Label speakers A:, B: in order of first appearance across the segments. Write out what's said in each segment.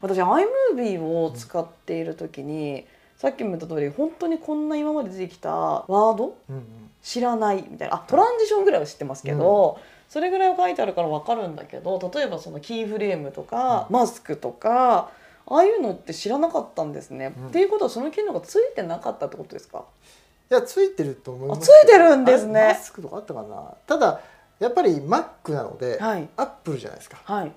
A: 私 iMovie を使っている時に、さっきも言った通り本当にこんな今まで出てきたワード
B: うんうん
A: 知らないみたいなあトランジションぐらいは知ってますけど、それぐらいは書いてあるから分かるんだけど例えばそのキーフレームとか、マスクとかああいうのって知らなかったんですね。
B: うん
A: っていうことはその機能がついてなかったってことですか
B: いやついてると思います
A: あついてるんですね
B: あれマスクとかあったかなただやっぱり Mac なので、
A: はい
B: アップルじゃないですか
A: はい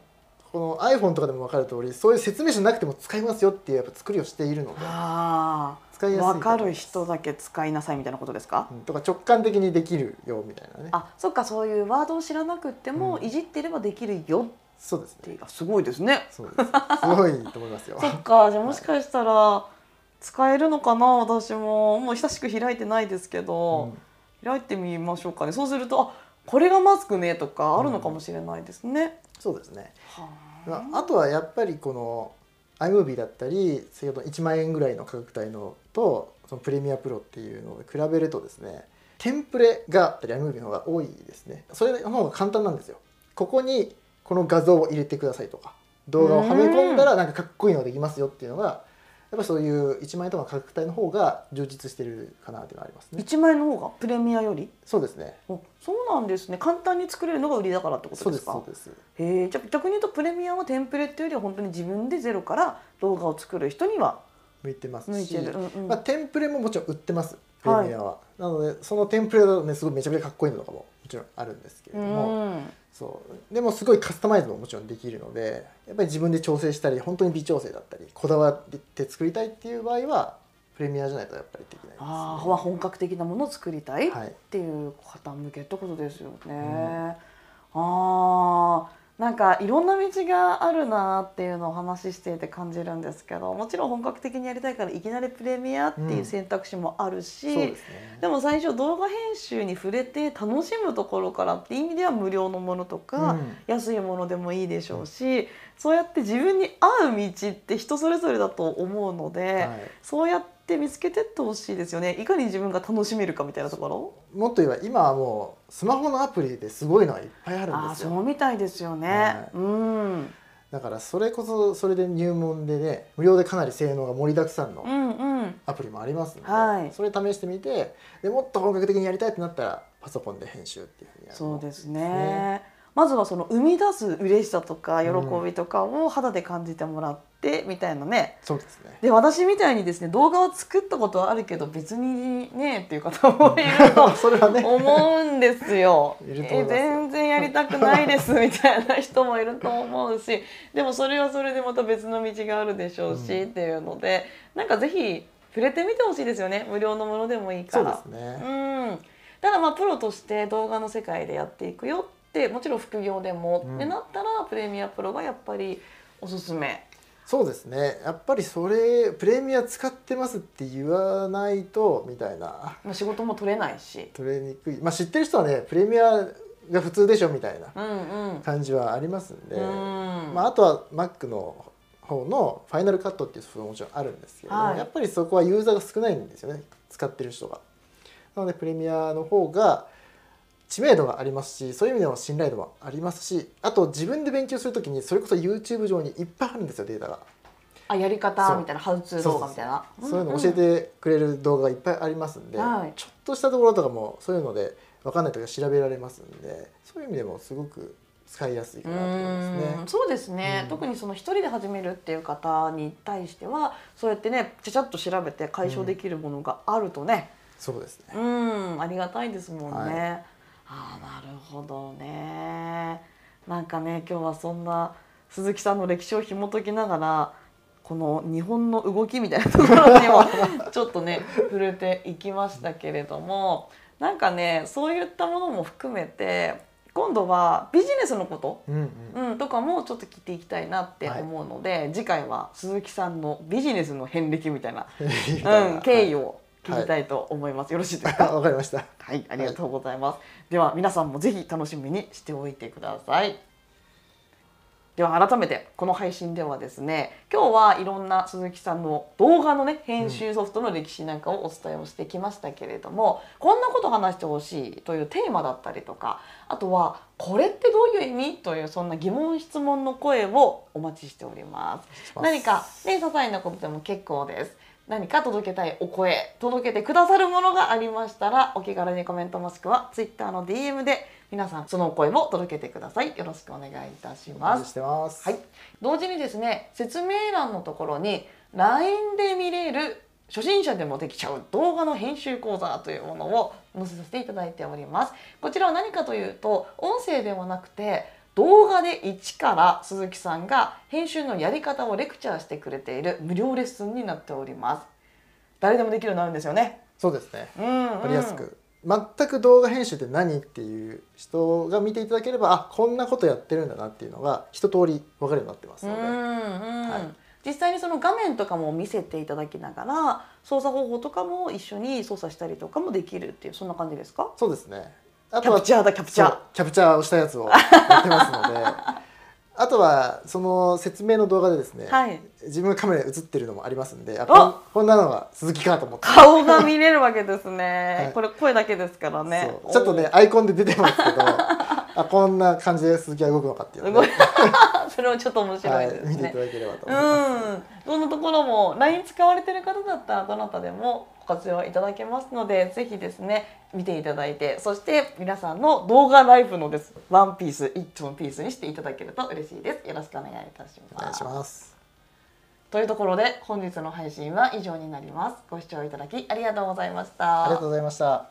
B: この iPhone とかでも分かる通りそういう説明書なくても使いますよっていうやっぱ作りをしているので
A: あ
B: 使いやすい
A: 分かる人
B: だ、
A: だけ使いなさいみたいなことですか、
B: うんとか直感的にできるよみたいなね
A: あそっかそういうワードを知らなくっても、
B: うん
A: いじってればできるよ
B: そうです
A: っ
B: ね
A: てあすごいですね。
B: そうですすごいと思いますよ
A: そっかじゃあもしかしたら使えるのかな私ももう久しく開いてないですけど。
B: うん
A: 開いてみましょうかねそうするとあこれがマスクねとかあるのかもしれないですね。
B: そうですね
A: は
B: まああとはやっぱりこの iMovie だったり先ほどの1万円ぐらいの価格帯のとそのプレミアプロっていうのを比べるとですねテンプレがあったり iMovie の方が多いですねそれの方が簡単なんですよここにこの画像を入れてくださいとか動画をはめ込んだらなんかかっこいいのができますよっていうのがやっぱそういう1万円とかの価格帯の方が充実してるかなっていうのはありますね
A: 1万円の方がプレミアより
B: そうですね
A: おそうなんですね簡単に作れるのが売りだからってこと
B: そう
A: で
B: ですす
A: か
B: そうです
A: へえじゃあ逆に言うとプレミアはテンプレっていうよりは本当に自分でゼロから動画を作る人には
B: 向いてますし
A: 向いてる、うんうん
B: まあ、テンプレももちろん売ってますプレ
A: はい
B: ミアは、なのでそのテンプレだとねすごいめちゃめちゃかっこいいのとかももちろんあるんですけれども、
A: うん
B: そうでもすごいカスタマイズももちろんできるのでやっぱり自分で調整したり本当に微調整だったりこだわって作りたいっていう場合はプレミアじゃないとやっぱりできないですね、
A: ああ本格的なものを作りたいっ
B: はい
A: ていう方向けってことですよね。
B: ん
A: ああなんかいろんな道があるなっていうのをお話ししていて感じるんですけどもちろん本格的にやりたいからいきなりプレミアっていう選択肢もあるし、
B: そうです
A: で
B: ね
A: も最初動画編集に触れて楽しむところからっていう意味では無料のものとか、
B: うん
A: 安いものでもいいでしょうしそうやって自分に合う道って人それぞれだと思うので。
B: はい
A: そうやって見つけてってほしいですよね。いかに自分が楽しめるかみたいなところ。
B: もっと言えば今はもうスマホのアプリですごいのはいっぱいあるん
A: ああ、
B: です
A: そ
B: よ
A: うみたいですよね。
B: はい
A: うん、うん、
B: だからそれこそそれで入門でね無料でかなり性能が盛りだくさんの
A: うん、
B: アプリもありますので、
A: はい
B: それ試してみてでもっと本格的にやりたいってなったらパソコンで編集っていうふうにやる
A: そうです
B: です
A: ね
B: ね。
A: まずはその生み出す嬉しさとか喜
B: うん
A: びとかを肌で感じてもらってみたいなね。
B: そうです ね
A: で私みたいにですね動画を作ったことはあるけど別にねっていう方もいると
B: それはね
A: 思うんですよ。
B: いると思いますよ
A: え全然やりたくない ですみたいな人もいると思うしでもそれはそれでまた別の道があるでしょうし、
B: うん
A: っていうのでなんかぜひ触れてみてほしいですよね無料のものでもいいか
B: そうで
A: ら。
B: すね、
A: うん、ただまあプロとして動画の世界でやっていくよってもちろん副業でも、
B: うん
A: ってなったらプレミアプロがやっぱりおすすめ。
B: そうですねやっぱりそれプレミア使ってますって言わないとみたいな
A: まあ仕事も取れないし。
B: 取れにくいまあ知ってる人はねプレミアが普通でしょみたいな
A: うんうん。
B: 感じはありますんで、
A: うん
B: まあ、あとは Mac の方のファイナルカットっていうソフトももちろんあるんですけれども、
A: はい
B: やっぱりそこはユーザーが少ないんですよね使ってる人が。なのでプレミアの方が知名度がありますしそういう意味での信頼度もありますしあと自分で勉強するときにそれこそ YouTube 上にいっぱいあるんですよデータが。
A: あやり
B: そ
A: 方
B: う
A: みたいなハウツー動画みたいな
B: そういうの教えてくれる動画がいっぱいありますんで、
A: はい
B: ちょっとしたところとかもそういうので分かんないとか調べられますんでそういう意味でもすごく使いやすいか
A: う
B: なと思いますね。
A: んそうですね、
B: うん
A: 特にその一人で始めるっていう方に対してはそうやってねちゃちゃっと調べて解消できるものがあるとね
B: そうですね
A: うん、ありがたいですもんね、
B: はい
A: ああなるほどねなんかね今日はそんな鈴木さんの歴史を紐解きながらこの日本の動きみたいなところに もちょっとね触れていきましたけれどもなんかねそういったものも含めて今度はビジネスのこと
B: うんうん
A: うん、とかもちょっと聞いていきたいなって思うので、次回は鈴木さんのビジネスの遍歴みたいな、うん、経緯
B: を。
A: を聞きたいと思います。よろしいですか
B: あわかりました。
A: はい、ありがとうございます。では皆さんもぜひ楽しみにしておいてください。では改めてこの配信ではですね今日はいろんな鈴木さんの動画のね編集ソフトの歴史なんかをお伝えをしてきましたけれども、こんなこと話してほしいというテーマだったりとかあとはこれってどういう意味というそんな疑問質問の声をお待ちしております。何かね些細なことでも結構です何か届けたいお声届けてくださるものがありましたらお気軽にコメントもしくは Twitter の DM で皆さんそのお声も届けてくださいよろしくお願いいたし
B: お待
A: ま
B: ちし
A: す
B: てます。
A: はい同時にですね説明欄のところに LINE で見れる初心者でもできちゃう動画の編集講座というものを載せさせていただいておりますこちらは何かというと音声ではなくて動画で一から鈴木さんが編集のやり方をレクチャーしてくれている無料レッスンになっております誰でもできるようになるんですよね
B: そうですね。
A: うん、うん、
B: わかりやすく、全く動画編集って何っていう人が見ていただければ、あ、こんなことやってるんだなっていうのが一通りわかるようになってますので、
A: うんうん
B: はい
A: 実際にその画面とかも見せていただきながら操作方法とかも一緒に操作したりとかもできるっていうそんな感じですか
B: そうですね。あ
A: キャプチャーだキャプチャ
B: そ
A: ー
B: うキャプチャーをしたやつをやってますのであとはその説明の動画でですね、
A: はい
B: 自分がカメラに映ってるのもありますんであ
A: お
B: こんこんなのは鈴木かと思って、
A: 顔が見れるわけですね、
B: はい
A: これ声だけですからね
B: そうちょっとねアイコンで出てま すけどあこんな感じで鈴木が動くのかっていう
A: おー
B: のを
A: 動い
B: ね
A: それはちょっと面
B: は
A: 白い
B: い
A: です
B: 見てい
A: ね
B: た、だければと思います、
A: うん、どんなところも LINE 使われてる方だったらどなたでもご活用いただけますのでぜひですね見ていただいてそして皆さんの動画ライブのですワンピース一丁ピースにしていただけると嬉しいですよろしくお願いいたし
B: お願
A: ま
B: い
A: す
B: します
A: というところで本日の配信は以上になりますご視聴いただきありがとうございました
B: ありがとうございました